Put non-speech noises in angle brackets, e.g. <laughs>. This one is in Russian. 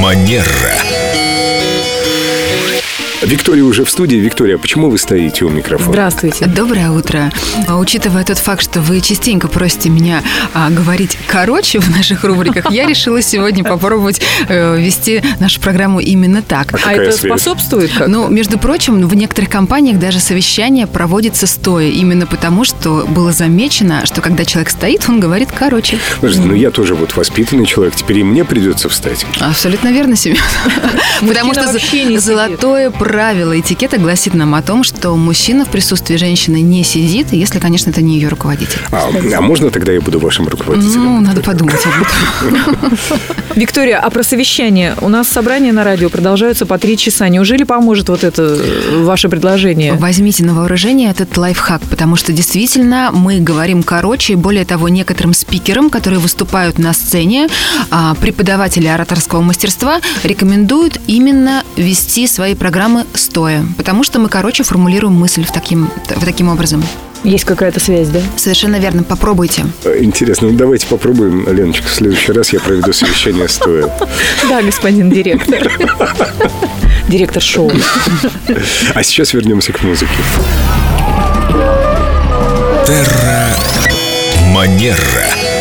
Премьера. Виктория уже в студии. Виктория, а почему вы стоите у микрофона? Здравствуйте. Доброе утро. А, Учитывая тот факт, что вы частенько просите меня а, говорить короче в наших рубриках, я решила сегодня попробовать э, вести нашу программу именно так. А Какая это связь? способствует как? Ну, между прочим, в некоторых компаниях даже совещание проводится стоя, именно потому, что было замечено, что когда человек стоит, он говорит короче. Подождите, ну я тоже вот воспитанный человек, теперь и мне придется встать. Абсолютно <laughs> верно, Семен. Потому что вообще не з- золотое правило этикета гласит нам о том, что мужчина в присутствии женщины не сидит, если, конечно, это не ее руководитель. А, а можно тогда я буду вашим руководителем? Ну, надо подумать об этом. Виктория, а про совещание? У нас собрания на радио продолжаются по три часа. Неужели поможет вот это э, ваше предложение? Возьмите на вооружение этот лайфхак, потому что действительно мы говорим короче, и более того, некоторым спикерам, которые выступают на сцене, а, преподаватели ораторского мастерства рекомендуют именно вести свои программы стоя, потому что мы короче формулируем мысль в таким, в таким образом. Есть какая-то связь, да? Совершенно верно, попробуйте. Э, Интересно, ну давайте попробуем, Леночка, в следующий раз я проведу совещание стоя. Да, господин директор. Директор шоу. А сейчас вернемся к музыке. Манера.